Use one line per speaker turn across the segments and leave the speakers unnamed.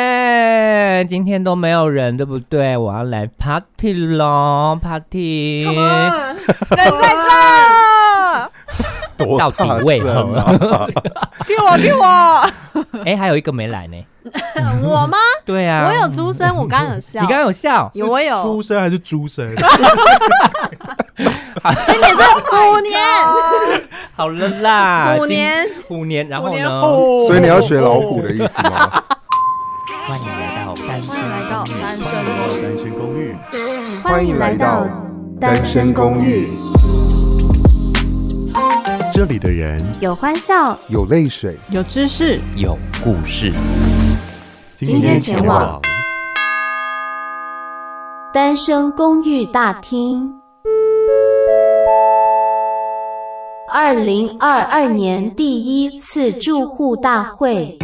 耶今天都没有人，对不对？我要来 party 喽，party！
Come on，人在啊这，
多
到
大
底为
声
何
啊？
给我给我，
哎，还有一个没来呢。
我吗？
对啊，
啊我有出声，我刚刚有笑
你，刚刚有笑，
有我有
出，声还是猪声？
今年这五年，
好了啦，
五年
今，五年，然后
五年
呢？
后
所以你要学老虎的意思吗？
欢迎来到单身
欢迎来到单身公
单身公寓，
寓，
欢迎来到单身公寓。这里的人
有欢笑，
有泪水，
有知识，
有故事。
今天前往。
单身公寓大厅。二零二二年第一次住户大会，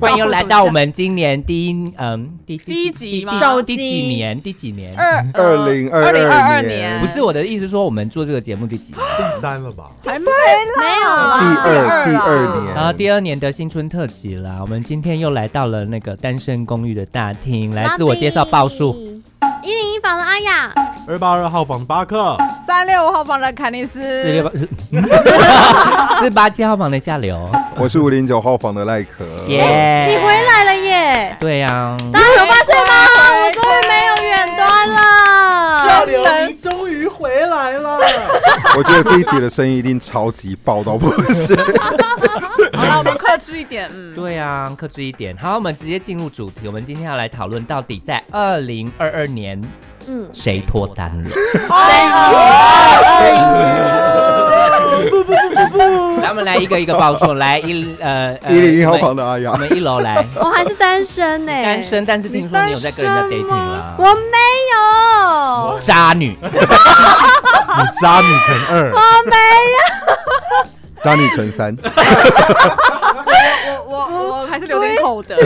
欢迎来到我们今年第一嗯第
第一集吗
第
手
第
机
几年？第几年？
二
二零二
二
二
年，
不是我的意思，说我们做这个节目第几年？
第三了吧？
还没啦，
没有
第
啊，
二第二
啊
年，
然后第二年的新春特辑啦，我们今天又来到了那个单身公寓的大厅，来自我介绍报数，
一零一房的阿雅，
二八二号房巴克，
三六五号房的凯尼斯，
四六八四八七号房的下流，
我是五零九号房的赖可。
耶！
你回来了耶！
对啊呀，
大家有发现吗？
耶
我终于没有远端了。
流你
终于回来了，
我觉得这一集的声音一定超级爆到不 行。
好了，我们克制一点，嗯，
对呀，克制一点。好，我们直接进入主题，我们今天要来讨论到底在二零二二年
嗯，
谁脱单了？
哦
谁
来，我们来一个一个报数，来一呃呃
一零一号
我
房
们
的阿
我
雅，
们一楼来。
我还是单身呢、
单，身，但是听说你有在跟人家 dating 啦
我，没有，
渣女，
你渣女乘二，
渣女乘三，
我我我还是留点口德，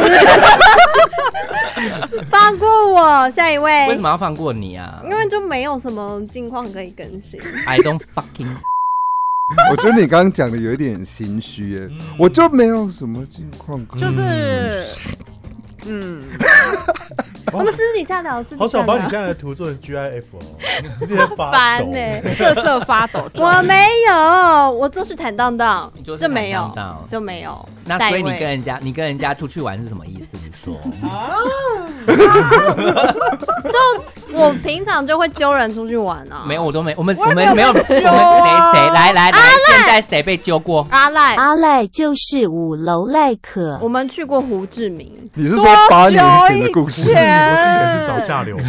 放过我，下一位。
为什？么要放过你 啊
因为就没有什么近况可以更新。
哦
？I don't fucking
我觉得你刚刚讲的有一点心虚耶，我就没有什么近况可
嗯
以。
就是，嗯，
我们私底下聊，私底下聊。
好想把你现在的图做成 GIF 哦， 你在发
烦
抖
呢、
嗯瑟瑟发 抖，
我没有，我就是坦荡荡
你就，是
就没
坦
有
荡荡，
就没有。
那
下一
所以你
位
跟人家，你跟人家出去玩是什么意思？你说，
就我平常就会揪人出去玩啊，
没有，我都没，我们
我也
们
没
没有，
有
我们谁谁
揪啊
来来来，现在谁被揪过？
阿赖，
阿赖就是五楼赖可
我，们去过胡志明，
你是
多
说八年前的故
久
事
以？前
我是也是找下流，
对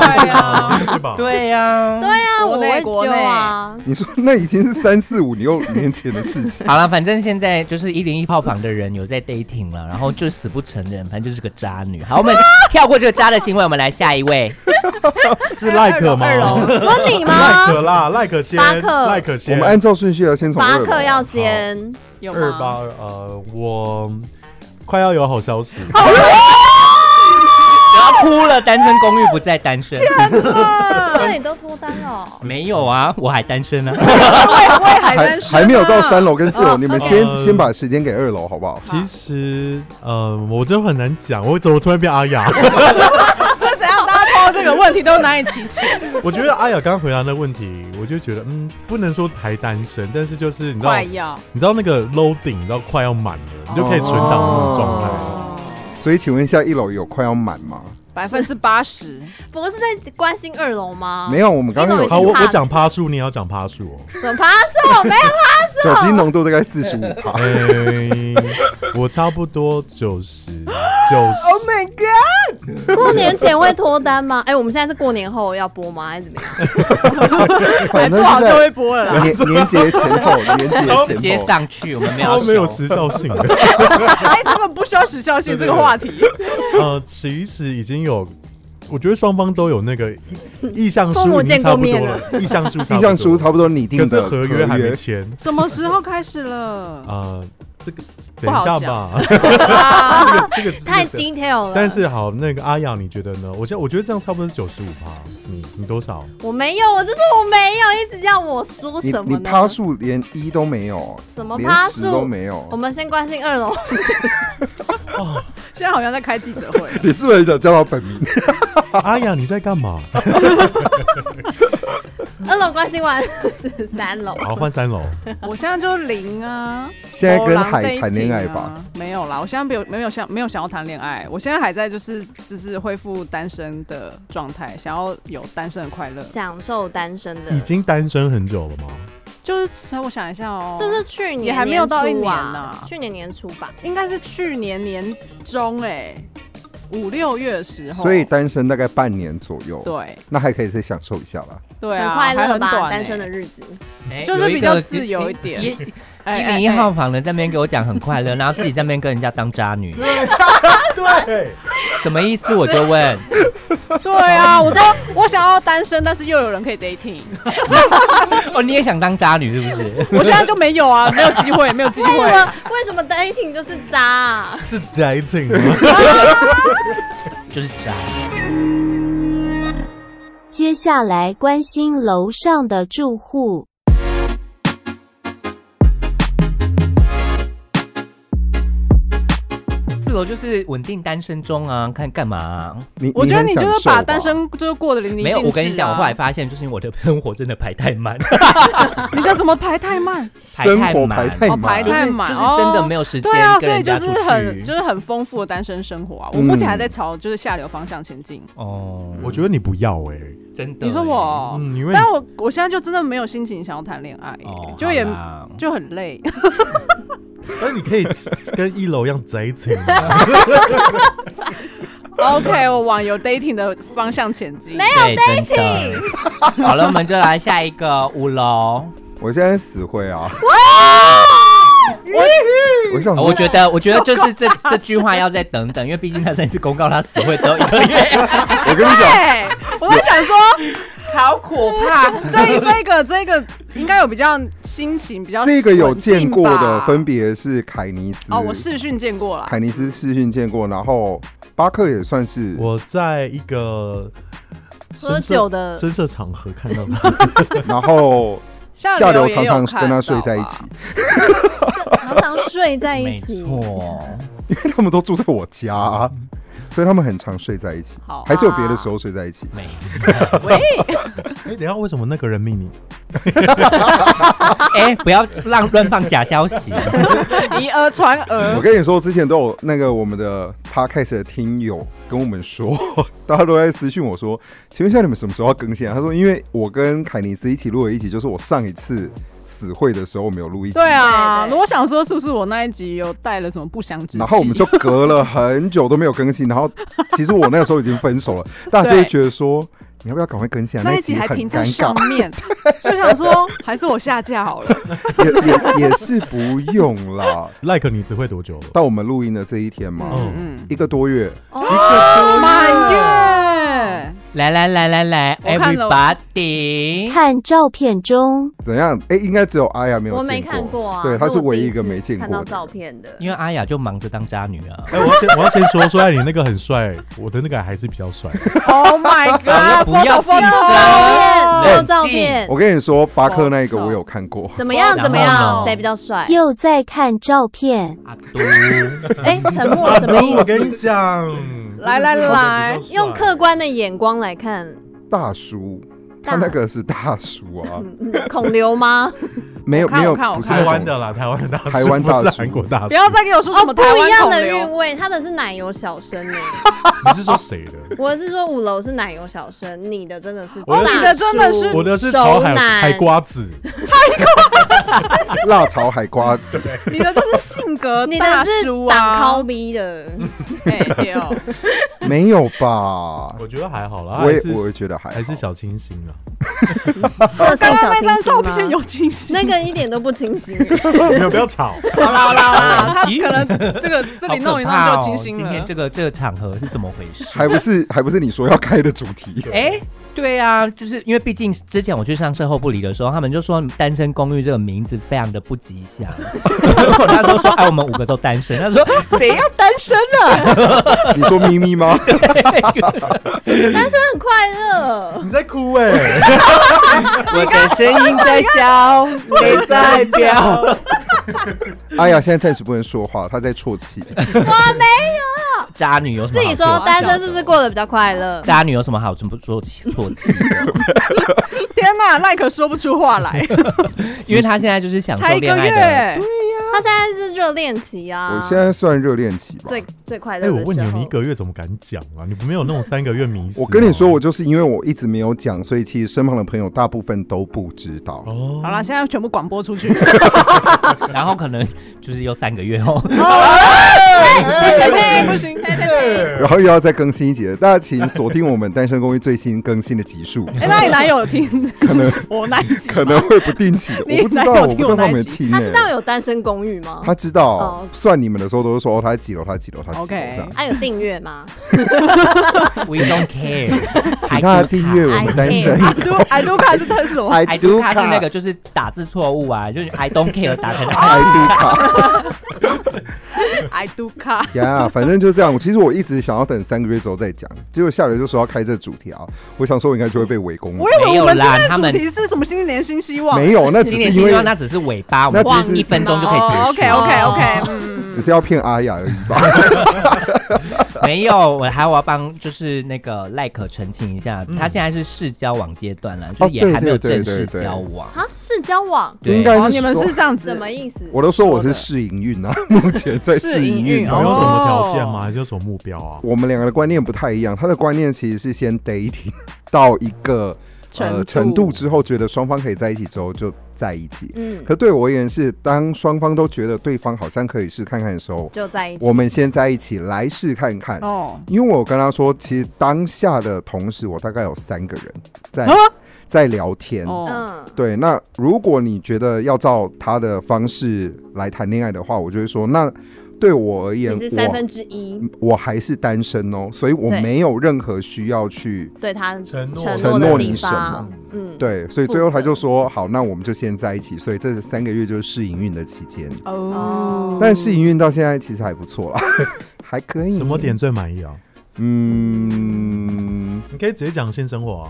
啊，
对吧？，
对呀，。
对啊，
国
我
内
会揪啊，
你说那已经是三四五六年前的事情
好了，反正现在就是一零一炮房的人有在 dating 了，然后就死不承认，反正就是个渣女。好，我们跳过这个渣的行为，我们来下一位。
是赖可吗？
二楼二
不是你
赖
吗？
可啦，赖可先，
巴克
赖可
啊
我
先，
们按照顺序要先从
巴
二楼
克要先，
有
二
吗？
八二，呃，我快要有好消息，
然后哭了，单身公寓不再单身，
那你都脱单了哦，
没有啊，我还单身呢、
我也还
还
单身啊
还没有到三楼跟四楼，
哦
你们
哦
先
哦
先把时间给二楼好不好？
其实，呃，我真的很难讲，我怎么突然变阿雅？
所以怎样，大家抛这个问题都难以启齿。
我觉得阿雅刚刚回答那问题，我就觉得，嗯，不能说还单身，但是就是你知道
快，要，
你知道那个 loading，你知道快要满了，你就可以存档的那种状态。
哦
所以请问一下，一楼有快要满吗？
百分之八十，
不是在关心二楼吗？
没有，我们刚刚
哦一
有
楼
好，
已经
我
怕
我讲趴数，你也要讲趴数哦。
什么爬树，没有
酒精浓度大概四十五帕。
哎、我差不多九十九十，
my god！
过年前会脱单吗？哎，我们现在是过年后要播吗？还是怎么样？
哎
反正
做好就
在
会播了啦。
年年节前后，年节
直
前
接
后。
上去，我们没有
超
要
哦没有
收
时效性的。
哎，他们不需要时效性这个话题，
呃，其实已经有，我觉得双方都有那个意意向
父母
书已经
见
差
过
不多
面
了，意向书差不多
意向书差不多拟定
可是
的
合约还没签。
什么时候开始了？
呃，这个
不
等
好
一下
讲
吧， 这个这个
太
低。
detail 了。
但是好，那个阿雅，你觉得呢？我现我觉得这样差不多是九十五趴，你你多少？
我没有，我就是我没有，一直叫我说
你
什
你
么呢？
趴数连一都没有，
什么
连
趴
十
数
都没
我
有，
们先关心二楼。
现在好像在开记者会。
你是不是想叫到本名？
阿雅，你在干嘛？
二楼关心完是三楼，
好，换 三楼。
我现在就零啊，
现在跟
偶然被
海谈恋爱
停啊
吧，？
没有啦，我现在没有没有想没有想要谈恋爱，我现在还在就是就是恢复单身的状态，想要有单身的快乐。
享受单身的，
已经单身很久了吗？
就是让我想一下哦，
是不是去年
也还没有到一
年初
年
啊
呢？
去年年初吧，
应该是去年年中哎、五六月的时候，
所以单身大概半年左右，
对
那还可以再享受一下吧。
对啊，
很快
还
乐
很短
吧，
欸
单身的日子。
哎
就是比较自由一点
有一个
哎
一
哎
零一
哎
号房的在那边给我讲很快乐，然后自己在那边跟人家当渣 女，
对，
什么意思？我就问，
对啊，我都我想要单身，但是又有人可以 dating，
哦，你也想当渣女是不是？
我现在就没有啊，没有机 会，没有机
为
会
什。么为什么 dating 就是渣、啊？
是 dating 吗？
就是渣。
接下来关心楼上的住户。
四楼就是稳定单身中啊，看干嘛啊、
你
我觉得
很
你就
享
是
受
把
吧
单身就是过得淋漓尽
没
致、
有，
啊。
我跟你讲，我后来发现，就是因为我的生活真的排太满，
你的什么排太慢？
生活排太
哦
满
排
就是
太满
就是真的没有时间
对啊，
跟
所以
人
就
家出
是
去。
很就是很丰富的单身生活啊。我目前还
嗯
在朝就是下流方向前进。
哦，
我觉得你不要哎、
真的欸、
你说我哦，
嗯，因为
但我我现在就真的没有心情想要谈恋爱、
哦，
就也
好啦
就很累。
但你可以跟一楼一样 dating 啊。
OK，我往有 dating 的方向前进。没
对真的。 好了，我们就来下一个五楼。
我现在死灰啊！ 我
哦
想说，
我觉得，我觉得就是这这句话要再等等，因为毕竟他上一次公告他死会只有一个月，
我跟你讲，
对，我在想说，
好可怕。
这一这个这个应该有比较心情比较
这个有
稳定
见过的
吧
分别是凯尼斯
哦，我视讯见过了。
凯尼斯视讯见过，然后巴克也算是
我在一个
喝酒的
深色场合看 到他，
然后下流
流
常
也有
常
看
跟他睡
到
在一
吧
起，
常常睡在一
没
起，
错，
因为他们都住在我家、啊，所以他们很常睡在一起
好，
还是有别的时候睡在一起。
没
哎、等一下为什么那个人命你？
哎、不要让乱放假消 息。
以讹传
我
讹，
跟你说，之前都有那个我们的 podcast 的听友跟我们说，大家都在私讯我说，请问一下你们什么时候要更新、啊？他说，因为我跟凯尼斯一起录了一集，就是我上一次死会的时候没有录一集，
对啊
对。对
那我想说，是不是我那一集有带了什么不祥之气？
然后我们就隔了很久都没有更新，然后其实我那个时候已经分手了，大家就会觉得说，你要不要赶快更新、啊？
那一
集
集还
很
停在
尴
上
尬，
面，就想说还是我下架好了。
也也也是不用啦。
like 你会多久了？
到我们录音的这一天 嘛，
哦
嗯
嗯
一个多月，
哦
嗯，满月，
来来来来来
我看了
，everybody，
看照片中，
怎样？哎，应该只有阿雅没有，
我没看过啊。
对，他是
这我
唯
第
一一个
次
没见
看
过
到
的。
照片的，
因为阿雅就忙着当渣女啊。
哎、我要先我要先说，说哎，你那个很帅，我的那个还是比较帅。
Oh my
好了
god！
不要
疯
紧
了
张
照片，
冷
秀照
静
片，
我跟你说，巴克那一个
好丑
我有看过，
怎么样？
然后
怎么
呢
样？谁比较帅？
又在看照片，
阿都，
哎，沉默什么意
我跟你
思？
讲，
来来来
用客观的眼光来看，
大叔。
大
他那个是大叔啊，
嗯嗯孔刘吗？
没有
我看
没有，
我看我
不是
台
那
湾的
种
啦，台湾的大叔，
台湾大叔
不是韩国大叔。
不要再给我说什
哦，
么
不
台
一
湾
样
孔
的韵
流，
味，他的是奶油小生呢。
你是说谁的？
我是说五楼是奶油小生，你的真的是
我的是
大叔
你的真的是
我的是炒海
熟男
海瓜子，
辣炒海瓜子，
你的就是性 格
你
大
的
叔
是
啊，
挡靠逼的，
哎 对哦
没有吧？
我觉得还好啦，
我
还
也
是
我也觉得还
还是
好
小清新啊，
哦
刚
刚
刚那张照片 有清晰。
那个一点都不清 晰，
没有不要吵，
好啦好啦好啦，他
哎很急
可能 这个这里弄一弄就清新
哦今
了
天。这个这个场合是怎么回事？
还 不是还不是你说要开的主题。
哎，对啊，就是因为毕竟之前我去上售后不理的时候，他们就说单身公寓这个名字非常的得不吉祥。 我那时候说，哎，我们五个都单身。他说，谁要单身啊？
你说咪 咪吗？
单身很快 乐。
你在哭哎，
我的声音在笑，泪在飙。
阿雅现在暂时不能说话，她在啜泣。
渣女有什么
自
好
己
做？
啊
说单身是不是过得比较快 乐？
渣女有什么好这么做做气？
天哪，赖可说不出 话来，
因为她现在就是享
才
受
一个
恋爱的。
月，
他现在是热恋期啊，
我现在算热恋期吧。
最最快 乐
哎，
的
我问你
时
哦，
候
你一个月怎么敢讲啊？你没有那种三个月迷
啊
失哦？
我跟你说，我就是因为我一直没有讲，所以其实身旁的朋友大部分都不知道。
哦，
好啦，现在全部广播出去，
然后可能就是又三个月哦 后，
不行不行
哎不行。
呸呸 呸
然后又要再更新一集了，大家请锁定我们《单身公寓》最新更新的集数，
哎，那你男友有听？是不 是我那一集吗
可能会不定期的，
你
我不知道，
哪有
我不知道他有没有听
他
呢、
知道有单身公寓吗？
他知道、哦
哦
算你们的时候都是说哦，他几楼，他几楼，他几楼
OK
这样，
他有订阅吗？
We don't care，
请大家订阅我们单身
I do I do 看是他是什 么？
I
，I
do
do
卡是那个
care，I
就是打字错误啊，就是 I don't care 打 成 I
do care。
I do 卡，
呀反正就这样。其实我一直想要等三个月之后再讲，结果下来就说要开这主题啊，我想说我应该就会被围攻了
我。以
没
为
有
我们今
啦
天
他
的
们
主题是什么新年新希望？
没有，那只
今
是
年
因
新希
为
望那只是尾巴，我们
那只是
只一分钟就可以结束。
哦，OK OK OK，嗯，
哦
只是要骗阿雅而已吧。
没有，我还我要帮就是那个赖可澄清一下，他现在是试交往阶段啦，就是也还没有正式交往。
啊，是交往
对
应该
哦，
是
你们
说
是这样子
什，么意思？
我都说我是试营运啊，目前在试营
试营运
运
你
啊。
们有什么条件
哦
吗？还是有什么目标啊？
我们两个的观念不太一样，他的观念其实是先 dating 到一个
哦
呃程度之后，觉得双方可以在一起之后就在一起。
嗯，
可对我而言是，当双方都觉得对方好像可以试看看的时候，
就在一起。
我们先在一起来试看看。
哦，
因为我跟他说，其实当下的同时，我大概有三个人在、
哦
啊
在聊天。
哦，
嗯，
对，那如果你觉得要照他的方式来谈恋爱的话，我就会说，那对嗯我而言，
你是三分之一
我我还是单身哦，所以我
对
没有任何需要去
对他
承诺
承
承
诺
诺
的地
你什
方
么。
嗯，
对，所以最后他就说，好，那我们就先在一起。所以这三个月就是试营运的期间，
嗯哦，
但试营运到现在其实还不错啦， 还可以。
什么点？最满意啊？
嗯，
你可以直接讲性生活啊。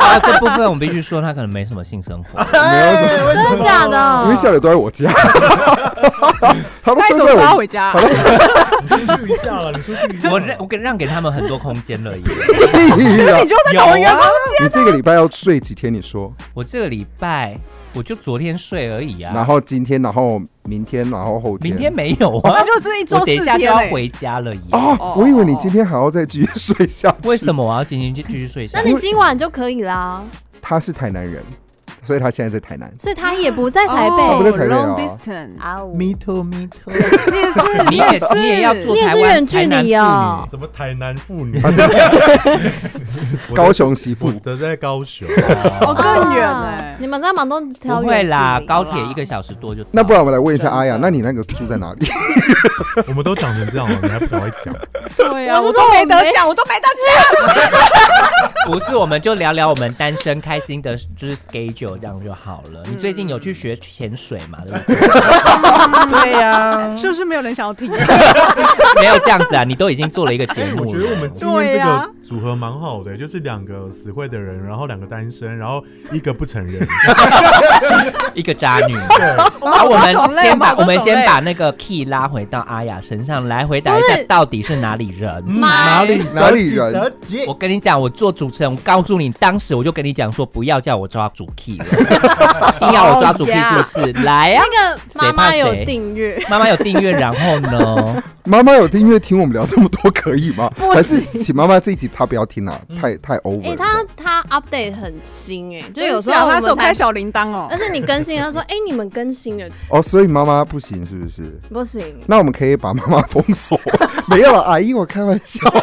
啊，这部分我们必须说他可能没什么性生活，
没有什么。
哎
真的假的？
因为下来都在我家，他都
开
生
始
在
我要
我，
回家
好，了，
出去一下了，你出去一
我让我给让给他们很多空间而已。
屁呀
哎你就在同一个房
你这个礼拜要睡几天？你说，
我这个礼拜我就昨天睡而已
然
啊，
后今天，然后明天，然后后天，
明天没有啊
那，就是一
我
周
等一
四
下
天
就要
欸
回家了耶。
哦，我以为你今天还要再继续睡下去。
为什？么我要今天就继续睡下
那？你今晚就可以啦，
他是台南人，所以他现在在 台南。
所以他也不在台
哦
不
北
在台北啊
long distance，
啊。我
Me too, me too。
你也是，
你也
是，
你也要做
你也
台
是
湾台
远距
南妇
离
女
哦，
什么台南妇女？
他啊是高雄媳
我
妇，
的在高雄，
哦，更远
啊
哎，
你们在忙都挑
不
远
会啦，
距离
高铁一个小时多就到。
那不然我们来问一下阿雅，
真
那
的
你那个住在哪里？
我们都讲成这样了，你还不赶快讲？
对呀，
我
我
是说
都没
我
得
没
讲，我都没得讲，
不是，我们就聊聊我们单身开心的，就是 schedule 这样就好了。你最近有
嗯
去学潜水嘛？对不对？ 对 呀，
是不是没有人想要听？啊
没有这样子啊，你都已经做了一个节目
我
了。
觉得我们今
对
天这
呀
个组合蛮好的，就是两个死会的人，然后两个单身，然后一个不 承认。
一个渣 女。
我
好，我
好多
们
种类
先把
好多
我们
种
先
类
把那个 key 拉回到阿雅身上来回答一
不
下
是，
到底是哪里人？
哪
里哪里人
得解？
我跟你讲，我做主持人，我告诉你，当时我就跟你讲说，不要叫我抓主 key 了， 硬要我抓主 key 是不是？来呀、
那个妈妈
谁怕
有
谁
订阅，
妈妈有订阅，然后呢？
妈妈有订阅听我们聊这么多可以吗？
不行
还是请妈妈这一集她不要听啊，太太 over
哎，
了。
他他 update 很新哎，就有时
真
候
假的他
我
是有啊
们
开
才，
小铃铛哦
但，是你更新了，他说哎你们更新了
哦，所以妈妈不行是不是？
不行，
那我们可以把妈妈封锁？没有了，阿姨，我开玩笑的，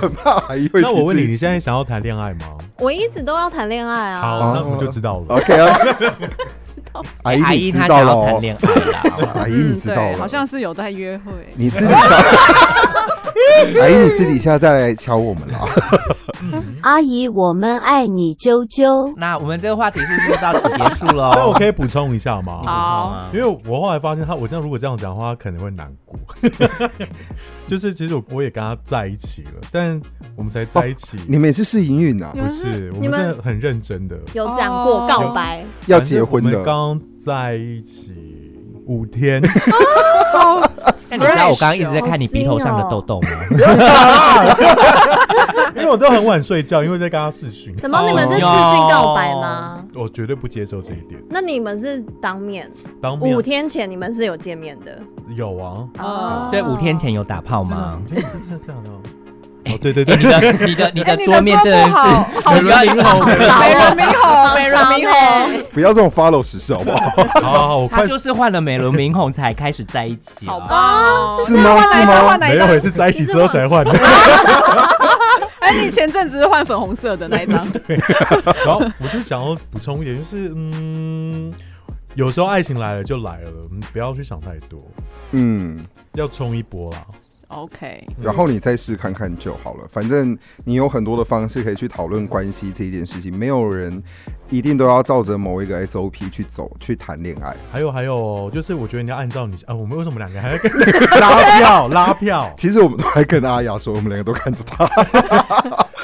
很怕阿姨会听这一集。
那我问你，你现在想要谈恋爱吗？
我一直都要谈恋爱啊，
好，那我们就知道了。
OK 啊？
道是
阿姨
阿
你
姨
知
她
道
想
了
要谈
哦，
恋爱啦，
阿姨你
嗯
知道
对
了，
好像是有在约会。
你私底下， 阿姨你私底下再来敲我们啊啦。
阿姨，我们爱你 啾啾。
那我们这个话题是不是到此结束喽？
那我可以补充一下吗？
好
因为我后来发现他，我这样如果这样讲的话，他可能会难过。 就是其实我我也跟他在一起了，但我们才在一起，
哦你们也是试营运啊，
你
不
们
是我
你
们
们
是很认真的，
有讲过
哦
告白，
要结婚
反正我们
的，
刚在一起五天，
那你知道我刚刚一直在看你鼻头上的痘痘吗？
因为我都很晚睡觉，因为在跟他试训，
什么？你们是视讯告白
哦
吗？
我绝对不接受这一点。
那你们是当面，
当
哦
面
五天前你们是有见面的
有啊，
哦
所以五天前有打炮 吗？
是吗？是是这样的哦。哦，对对
哎
对，
你的你的你
哎
的
你的
桌面真的
桌布
是
好
你的
好
灵猴
好长欸
美
哦
轮明宏，美轮明宏，
嘞，
不要这种 follow 时事好不好？
好好好，我
他
快
就是换了美轮明宏才开始在一起
好
啊。
吧？
哦
是吗？是吗？
哪
没
一张
有，？也是在一起之后才 换的。
哎，你前阵子是换粉红色的那一张，
然后我就想要补充一点，就是嗯，有时候爱情来了就来了，嗯不要去想太多，
嗯，
要冲一波啦。
OK，
然后你再试看看就好了。反正你有很多的方式可以去讨论关系这一件事情，没有人一定都要照着某一个 SOP 去走去谈恋爱。
还有还有，就是我觉得你要按照你啊，我们为什么两个还要 拉票拉票？
其实我们都还跟阿雅说，我们两个都看着他。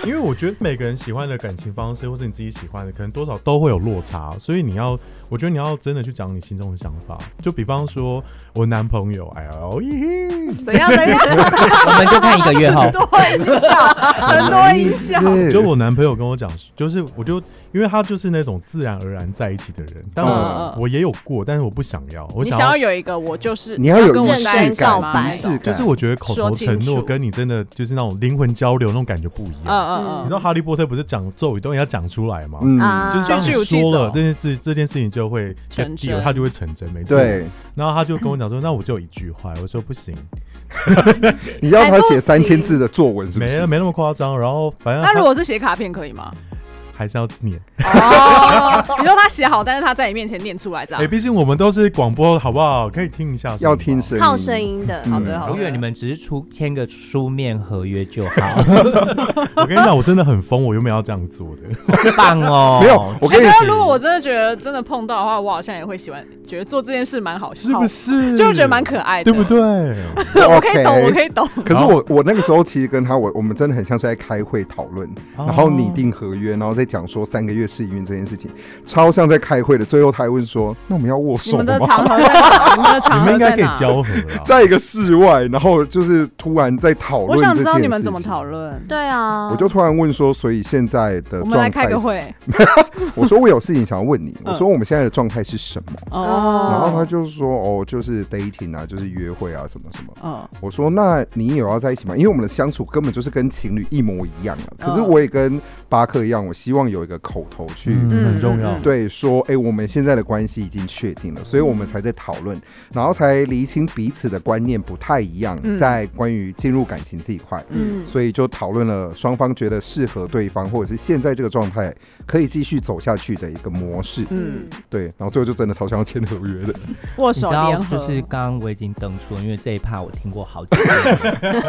因为我觉得每个人喜欢的感情方式，或是你自己喜欢的，可能多少都会有落差，所以你要，我觉得你要真的去讲你心中的想法。就比方说，我男朋友，哎呦，咦
怎样怎样？
我们就看一个月 后，
多一笑，很多一笑。
是
就我男朋友跟我讲，就是我就因为他就是那种自然而然在一起的人，但
嗯
我
嗯
我也有过，但是我不想要，我
你想要有一个我就是，
你要有
跟我
仪
认
式
在一
真
起
感，
告
吗
白
仪式
就
感
是我觉得口
说
头
清
承诺
楚
跟你真的就是那种灵魂交流那种感觉不一
嗯
样。
嗯
你
嗯，
知道哈利波特不是讲咒语都要讲出来吗？
嗯，
啊
就是当
就据
你
我记
说了
走
这件事，这件事情就会
成真
它就会成真，没错。
对，
然后他就跟我讲说：“那我只有一句话。”我说：“不行，
你要他
还不
写
哎行
三千字的作文是不
没
是？
没那么夸张。”然后反正
那如
他
果是写卡片可以吗？
还是要念。
哦， 你说他写好，但是他在你面前念出来这样
哎，。毕竟我们都是广播，好不好？可以听一下声音吧，
要听声音，
靠声音的，
好
嗯
的，好嗯
我以为
的。
你们只是出签个书面合约就好，
我跟你讲，我真的很疯，我原本要这样做 的。
棒哦！
没有，
哎
我跟你
但是如果我真的觉得真的碰到的话，我好像也会喜欢，觉得做这件事蛮好笑
是不
的，
是？
就是觉得蛮可爱的，
对不？对？
我可以
OK
懂，我可以懂。
可是我我那个时候其实跟他我我们真的很像是在开会讨论，
哦
然后拟定合约，然后再讲说三个月试营运这件事情，超像在开会的。最后他还问说：“那我们要握
你
手
们的
吗
场合在哪？ 你们的
你
场
们
合
应该
在
可以
哪？
交合啊啦？”。
在一个室外，然后就是突然在讨
我
论这件
想
事
知
情。
道你们怎么讨论。
对啊，
我就突然问说：“所以现在的
我们来开
状态
个？”会
我说：“我有事情想要问你。”
嗯
我说：“我们现在的状态是什么？”
哦
然后他就说：“哦，就是 dating 啊，就是约会啊，什么什么。”
嗯，
我说：“那你有要在一起吗？因为我们的相处根本就是跟情侣一模一样啊。可是
嗯
我也跟巴克一样，我希望有一个口头去、
嗯，很重要
嗯。
对说，哎、我们现在的关系已经确定了，所以我们才在讨论，然后才厘清彼此的观念不太一样，
嗯
在关于进入感情这一块。”
嗯，
所以就讨论了双方觉得适合对方，或者是现在这个状态可以继续走下去的一个模式。
嗯，
对，然后最后就真的超想要签合约的。
握
你知
手
道
联，合
就是刚刚我已经登出了，因为这一趴我听过好几遍。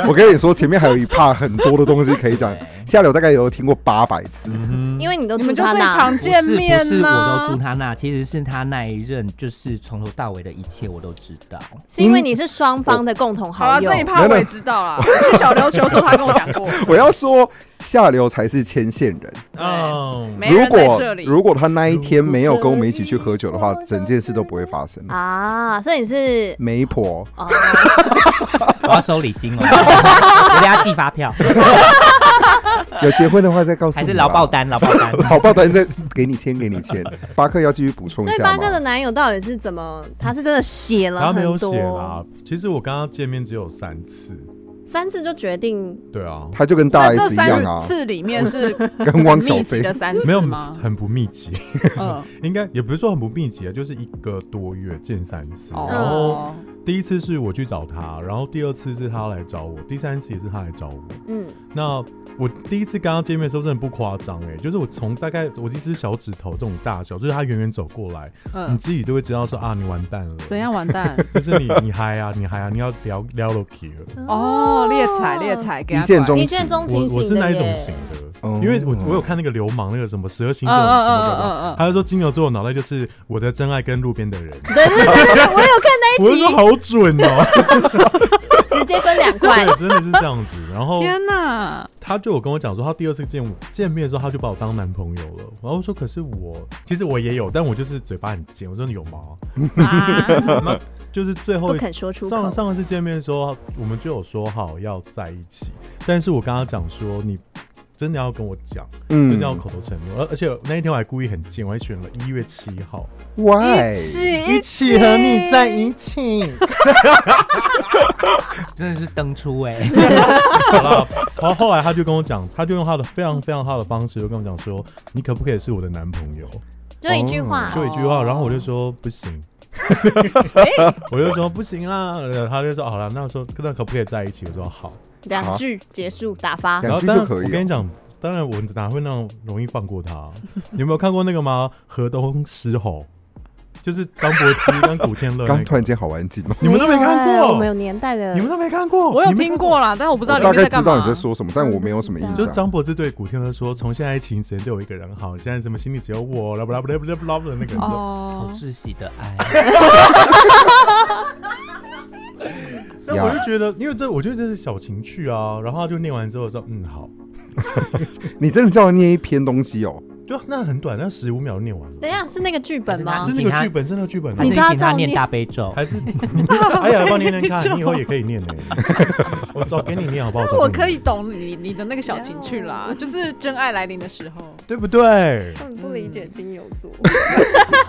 我跟你说，前面还有一 part 很多的东西可以讲
对，
下流大概有听过八百次。
嗯
因为你都
你
住
们就
他
最
那，
常见面
不是不是我都住
呢。
他那，其实是他那一任，就是从头到尾的一切我都知道。
是因为你是双方的共同
嗯好啊
好
了，
友
这。一趴我也知道了，是小琉球说他跟我讲过，
我要说，下流才是牵线人。
哦，
没
如
人在
果
这里。
如果他那一天没有跟我们一起去喝酒的话，整件事都不会发生。
啊，所以你是
媒婆，
哦，
我要收礼金哦，我家寄发票，
有结婚的话再告诉
还
你吧。啊
是劳报单，劳报单。
劳报单再给你签，给你签。巴克要继续补充一
所以
下
八哥的
吗？
男友到底是怎么？他是真的写了
他没有
很
写啦
多，。
其实我跟他见面只有三次，
三次就决定
对啊，
他就跟大
在
S
这
一样
三
啊，
次里面 是
跟汪小
密集
菲
的三
没
次
有
吗？
很不密集，
嗯，
应该也不是说很不密集啊，就是一个多月见三次。然后
哦，
第一次是我去找他，然后第二次是他来找我，第三次也是他来找我。
嗯，
那我第一次跟他见面的时候真的不夸张哎，就是我从大概我一只小指头这种大小，就是他远远走过来，你
嗯，
自己都会知道说啊，你完蛋了，
怎样完 蛋？
就是你你嗨啊，你嗨啊，你要聊聊 l o k 了。
哦，猎财猎财，给他
一见
拐
钟
一
情
见，钟
我
情型的
我是那一种
耶
型的，
哦
因为我我有看那个流氓那个什么十二星
嗯
座什
嗯
么的
嗯嗯嗯
嘛，他就说金牛座我脑袋就是我的真爱跟路边的人，
对对对对对，我有看那
我就说
一
好准哦，
集，直接分两块
对，真的是这样子。然后
天哪，
他就有跟我讲说，他第二次见我见面的时候，他就把我当男朋友了。然后我说，可是我其实我也有，但我就是嘴巴很贱，我真的有毛。那就是最
不
后
肯说出口
上。上一次见面的时候，我们就有说好要在一起，但是我跟他讲说，你真的要跟我讲，就是要
嗯
口头承诺。而、而且那一天我还故意很贱，我还选了一月七号，
，Why？
哎一
一起。
真的是登出哎、
啊
好啦，然后后来他就跟我讲，他就用他的非常非常他的方式，就跟我讲说，你可不可以是我的男朋友？
就一句话，
哦
就一句话，然后我就说不行，我就说不行啦，呃他就说好了，那我说那可不可以在一起？我说好，
两句结束打发，
然
两
后
句
当然
就可以
我跟
哦
你讲，当然我哪会那么容易放过他？你有没有看过那个吗？河东狮吼，就是张柏芝跟古天乐那
刚突
个，
然间好安静哦，
你们都没看
哎我
过，
们有年代的
你，们都没看过，
我有
你们
听过啦，但我不知道
我
里
大
面
概
干
知
嘛。
道你在说什么，但我没有什么印
就
象。
张柏芝对古天乐说：“从现在起，你只能对我一个人好。现在怎么心里只有我？啦不啦不啦不啦不啦不啦那个人。
好
哦，
窒息的爱。
但我就觉得，因为这我觉得这是小情趣啊。然后他就念完之后说：“嗯，好。”
你真的叫我念一篇东西哦？
对啊，那很短，那十五秒就念完了。
等一下是那个剧本
还
吗
是？
是那个剧本，是那个剧本吗
还是
你知道
请他
照
念
念
大悲咒，
还是 你哎呀，帮你念念
你说
看，你以后也可 以念呢。我找给你念好不好？
那
找
我
给你
可以
念，
懂你你的那个小情趣啦，就是真爱来临的时候。
对不对？
他们不理解金牛座，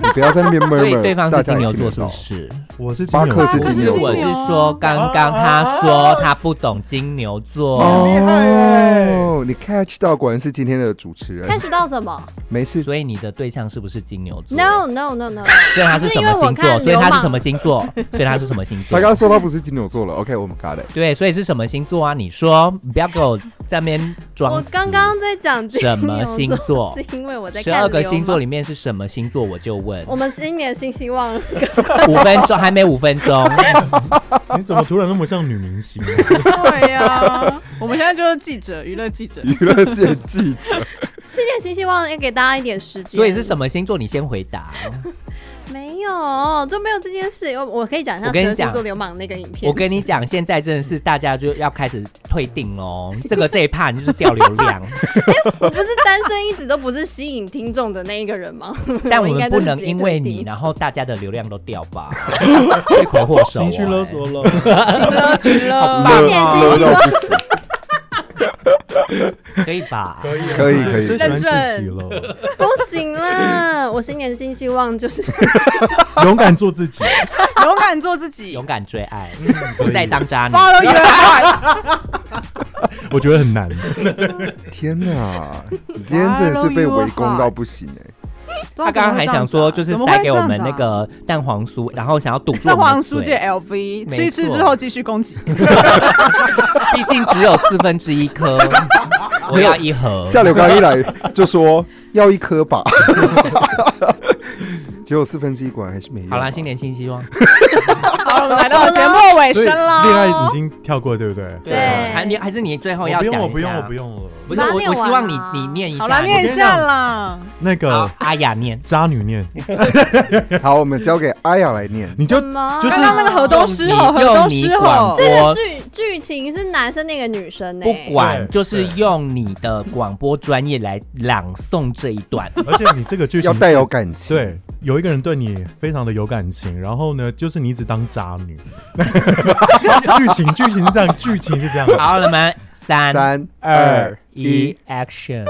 你不要在那 边
所以
murmur，
对方
大
是
家
金
也
牛
听
座
得
是不
到。
是？哦
我哦是
巴克是
不
金
是，
牛座
我是说刚刚他说他不懂金牛座，
厉害欸
哦，你 catch 到果然是今天的主持人
看，知道什么
没事，
所以你的对象是不是金牛座？
？No No No No，
所以他是什么星座？所以他是什么星座？所以他是什么星
他刚刚
座？
说他不是金牛座了，OK，我们 got it。
对，所以是什么星座啊？你说，不要给我在那边装
我
死。
刚刚在讲金
什么
牛
星座
座，是因为我在
十
看
二个
流
星座
氓
里面是什么星座？我就问
我们新年新希望，
五分钟，还没五分钟。
你怎么突然那么像女明星 啊？
对呀， 我们现在就是记者，娱乐记 者。
娱乐线记 者，
新年新希望要给大家一点时间。
所以是什么星座？你先回答。
没有，就没有这件事。我我可以讲一下
我跟你
蛇星
讲
座流氓那个影片。
我跟你讲，现在真的是大家就要开始退订哦。这个这一趴你就是掉流量，
我不是单身，一直都不是吸引听众的那一个人吗？
但
我
我
应
们
该
不
都是
能
直接
因为
退订
你，然后大家的流量都掉 吧，罪魁祸首、
情绪勒索。了，
乐乐到不行。
可以吧？
以
可以可以
最喜欢自己了，
不行啦！我新年新希望就是
勇敢做自己，
勇敢做自己
勇敢追爱，
可以
不再当渣女。
，follow your heart，
我觉得很难。
天哪，你今天真的是被围攻到不行哎、
他刚刚还想说，就是
怎么
塞
会
给
这
我
样
们
子啊
那。个蛋黄酥，然后想要堵住我
那
们
黄
的
书
嘴
界 LV
没
吃一吃
错
之后继续攻击，
毕竟只有四分之一颗， 我要一盒。
下流刚一来就说要一颗吧， 结果四分之一果然还是没有。啊
好啦，新年新希望。
好，我们来到了节目尾
所以
声啦。
恋爱已经跳过，对不对？
对啊，还你还是你最后
我
要
不
讲一
用，
下。
我不用，我不用了。
不是
把它
我，
念
我希
完
望你
啊
你念一下。
好啦，念一下啦。
那
好
个
阿雅念。
渣女 念，
好，我们交给阿雅来念。
你就
什么？
就是
刚刚那 个河东狮吼，
用你
河东狮
用你
吼，
广播
剧剧情是男生那个女生呢、欸
不管，
对
就是
对
用你的广播专业来朗诵这一 段。
而且你这个剧情
要
是
带有感情，，
对，有一个人对你非常的有感情，然后呢，就是你一直当渣女。 剧情剧情是这样，剧情是这样。
好了吗？三
三
二
二
一
一，
，Action！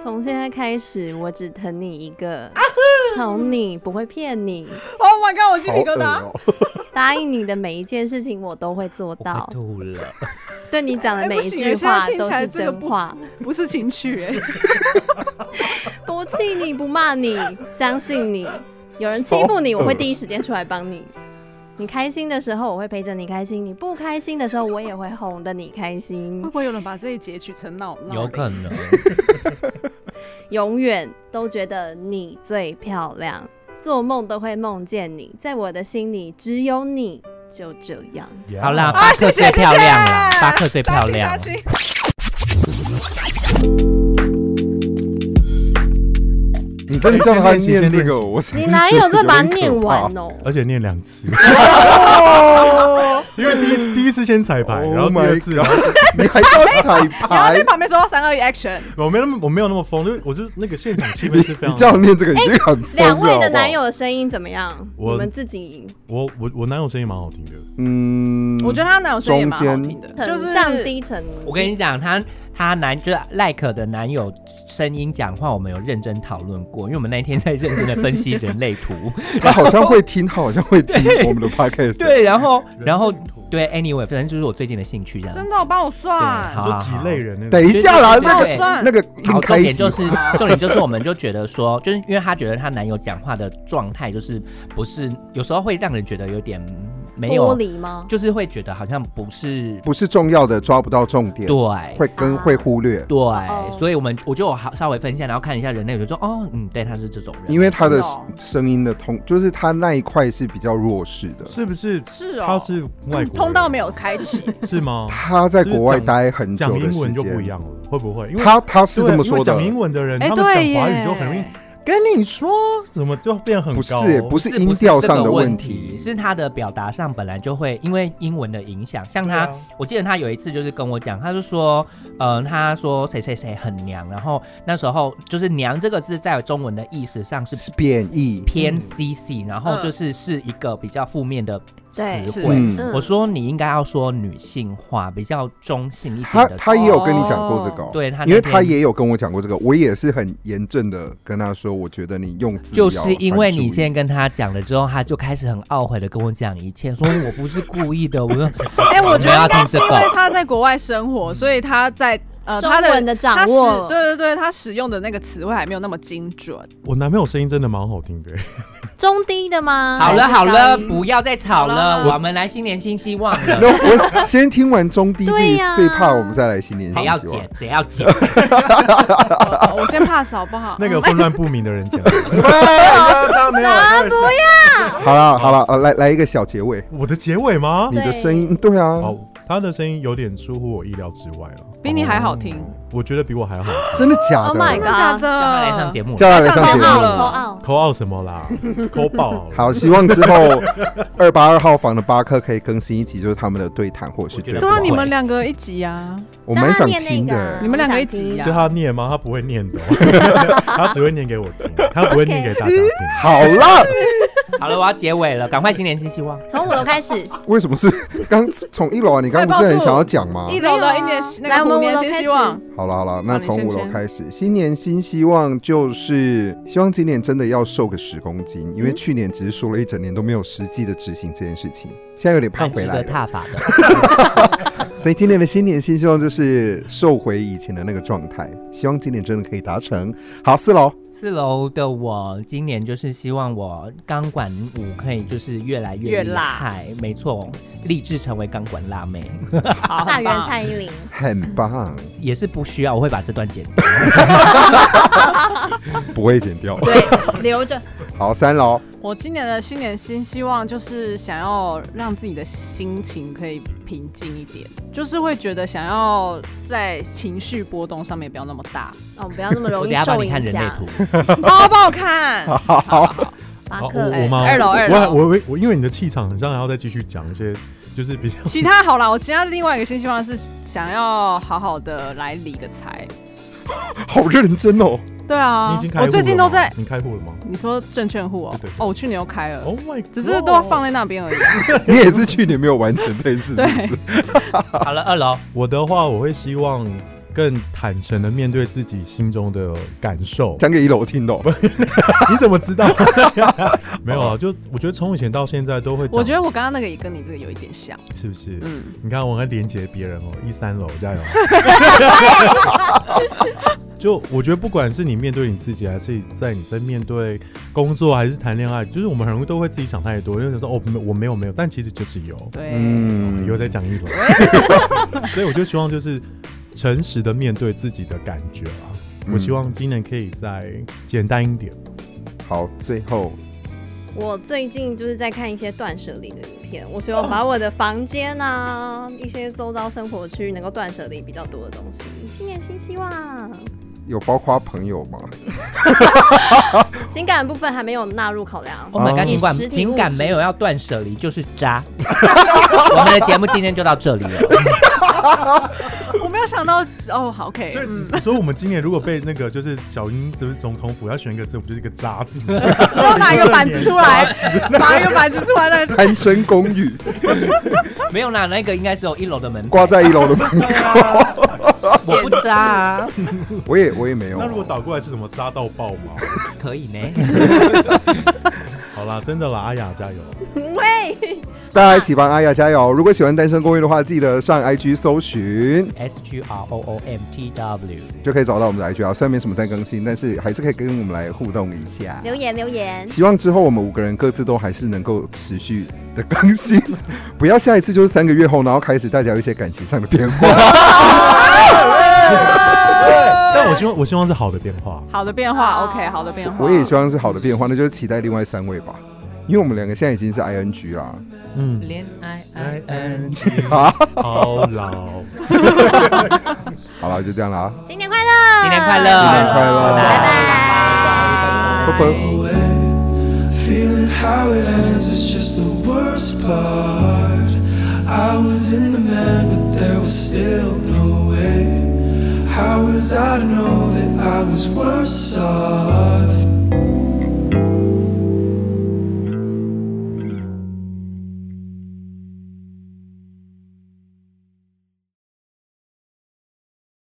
从现在开始，我只疼你一个，
啊
宠你，不会骗你，
Oh my god，我鸡
好
皮疙
恶
瘩。
哦、
答应你的每一件事情我都会做
我快
到，
吐了。
对你讲的
哎
每一句话都是真 话，
啊不是情趣哎、
不气你不骂你，相信你，有人欺负你，我会第一时间出来帮你。你开心的时候，我会陪着你开心；你不开心的时候，我也会哄得你开心
会。不会有人把这一截取成闹闹？
有可能。
永远都觉得你最漂亮，做梦都会梦见你，在我的心里只有你，就这样。
Yeah
好啦，，
啊
巴克最漂亮啦，巴克最漂亮。
你真的叫他
哎先
念
练习
这个，
先练习
我真的
你
是
哪
觉
有
得
这把它
点可
念
怕
完哦？
而且念两次， 因为第一次第一次先彩排，
Oh
然后第二
my
次
God，你 还要彩
然后
排
在？旁边说三二一 action，
我没那么我没有那么疯，因为我就是那个现场气氛是非
你
常。
叫我念这个，你这个很疯了
两位
好不
的
好
男友的声音怎么样？
我
你们自己
我我我男友声音蛮好听的，
嗯，
我觉得他男友声音也蛮好听的，就
很
是
像低沉。
我跟你讲，她她男就是赖可的男友声音讲话，我们有认真讨论过，因为我们那一天在认真的分析人 类图。
他好像会听，他好像会听我们的 podcast。，
对，然后然后
人类图
对，anyway，反正就是我最近的兴趣这样子。
真的，帮我算
对，
你
好
说几类人那
等
种
一下啦，
对对
那
对
个
算
那个
好，
另
重
开一
点
集
就，是重点就是，我们就觉得说，就是因为她觉得她男友讲话的状态就是不是，有时候会让人觉得有点没
玻
有，
璃吗？
就是会觉得好像不是
不是重要的，抓不到重点，
对。
会跟
啊
会忽略，
对，所以我们我就有好稍微分析，然后看一下人类，我就说哦，嗯，对，他是这种人，
因为他的
真的哦
声音的通，就是他那一块是比较弱势的。
是不是？
是哦，
他是外国人
通道没有开 启，
是吗？
他在国外待很久
讲
的
英
时
文就不一
间，
样了，会不会？因为
他他是
对
这么说
因为
的
讲。英文的人，
哎，
他们
对
讲
耶，
华语就很容易。跟你说，怎么就变很
不
高？
是，不
不
是音调上的
问
题，
是他的表达上本来就会因为英文的影响，像他，
对啊
我记得他有一次就是跟我讲，他就说，呃，他说谁谁谁很娘，然后那时候就是“娘”这个字在中文的意思上是
是贬义。
偏 CC，、然后就是是一个比较负面的
对
词汇。
嗯，
嗯
我说你应该要说女性化，比较中性一
他
点的词。
他也有跟你讲过这个哦、
嗯对他那天，
因为他也有跟我讲过这个，我也是很严正的跟他说，我觉得你用字
就是因为你
先
先跟他讲了之后，他就开始很懊悔的跟我讲一切，说我不是故意的。我 说，
哎，我觉
没有
得
要
应该
听
是
这
因为
个。
他在国外生
嗯
活，所以他在呃
中
他
文的掌
他使
握
对对对，他使用的那个词汇还没有那么精准。
我男朋友声音真的蛮好 听的，
中低的吗？
好了
还是
好了，
高音
不要再吵
好
了，
了
我们来新年新希望
那
了。
我先听完中低这
对
一
呀
这一趴，我们再来新年新
谁要
希望
剪？谁要剪？
我我先 pass 好 不好？嗯
那个混乱不明的 人讲。哎
啊不 要，
好了好了，呃，来来一个小结尾，
我的结尾吗
你？的
对
声音对啊，
哦，他的声音有点出乎我意料之外了，哦
比你还好听，
哦
我觉得比我还好。
真的假
Oh my
真
的？
的假
god！
叫他来上
的？
节目。
叫他来上
太
节
上
口
头
目。
了
口傲，
口号什么啦？ 口爆。
好，希望之后二八二号房的巴克可以更新一集，就是他们的对谈或者是
我觉
对
得
对
话
啊，你们两个一集啊，
我蛮想
让他念
听
那个啊
的。
你们两个一起
我想听
就他念吗？他不会 念的哦，他只会念给我听，他不会念给大家听。
好了，
好了，我要结尾了，赶快新年新希望。
从五楼开始，
为什么是刚从一楼啊？你刚刚不是很想要讲吗？
一楼的一年
啊
那
来
个
我们
虎年
五楼
新
开
希
始
望，
好了好了，那
好你
从
先
五楼
先
开始，新年新希望就是希望今年真的要瘦个十公斤，因为去年只是说了一整年都没有实际的执行这件事情，现在有点胖
蛮
回
值
来
得
了，
踏法啊的。
所以今年的新年新希望就是瘦回以前的那个状态，希望今年真的可以达成。好，四楼，
四楼的我今年就是希望我钢管舞可以就是越来
越
越厉
辣
害，没错，立志成为钢管辣妹，
好，
大
很
圆
棒
蔡依林，
很棒，
也是不需要，我会把这段剪掉。
不会剪掉。
对，留着。
好，三楼，
我今年的新年新希望就是想要让自己的心情可以平静一点，就是会觉得想要在情绪波动上面不要那么大。
哦，不要那么
我
容
等
易
一下帮
受
你看
影
人类
响
图。，
帮我帮我看，
巴
哦
好，
克
我，我吗？
二楼二楼
我我我我，因为你的气场很像，然后再继续讲一些，就是比较
其他好啦，我其他另外一个新希望是想要好好的来理个财。
好认真哦。
对
你已
啊
经，开户
我
了吗
最近都在。
你开户了吗
你说证券户哦
对对对，
哦，我去年又开了，
？Oh my，
只是都放在那边而已啊。
你也是去年没有完成这件事，是不
对
是？
好了，二 楼
我的话，我会希望更坦诚的面对自己心中的感 受。
讲给一楼听的哦。
你怎么知道？ 没有啊，就我觉得从以前到现在都会讲，
我觉得我刚刚那个也跟你这个有一点像，
是不是？
嗯，
你看，我在连接别人哦，一三楼加油！就我觉得，不管是你面对你自己，还是在你在面对工作，还是谈恋爱，就是我们很容易都会自己想太多，就想说哦，没我没有没有，但其实就是有，
对，
嗯，
有在讲一 轮。所以我就希望就是诚实的面对自己的感觉啊。
嗯
我希望今年可以再简单一点。
好，最后
我最近就是在看一些断舍离的影片，我希望把我的房间啊， 一些周遭生活区能够断舍离比较多的东西。新年新希望，
有包括朋友 吗？
情感部分还没有纳入考量。
Oh my god，
以
情感
哦实体
情
物
感
质
没有要断舍离就是渣。 我们的节目今天就到这里了。
我没有想到哦，好 OK，
所以
嗯，，
所以我们今年如果被那个就是小英就是总统府要选一个字，我们就是一个渣 字。
然后拿一个板子出来， 拿一个板子出来， 那
单身公寓
没有啦，那个应该是有一楼的门牌
挂在一楼的 朋友，
我不渣 啊，
我也我也没有。啊
那如果倒过来是什么渣到爆 吗？
可以呢。
好啦，真的啦，阿雅加油！
大家一起帮阿雅加油！如果喜欢《单身公寓》的话，记得上 IG 搜寻
S G R O O M T W，嗯
就可以找到我们的 IG 啊。虽然没什么在更新，但是还是可以跟我们来互动一下。
留言留
嗯
言，
希望之后我们五个人各自都还是能够持续的更 新，不要下一次就是三个月后，然后开始大家有一些感情上的变化。
但我希望我希望是好的变化。
好的变化 OK，好的变化，
我也希望是好的变化，那就是期待另外三位吧，因为我们两个现在已经是 ING 啦。
嗯，
恋爱
爱
爱
安
爱。
静，
好，
好 老。
好了，就这样啦，
新年快乐，
新年快乐，
新年快乐，
拜
拜拜。
拜拜。
Feeling how it ends is just the worst part. I was in the man, but there was still no way. How was I to know that I was worse off?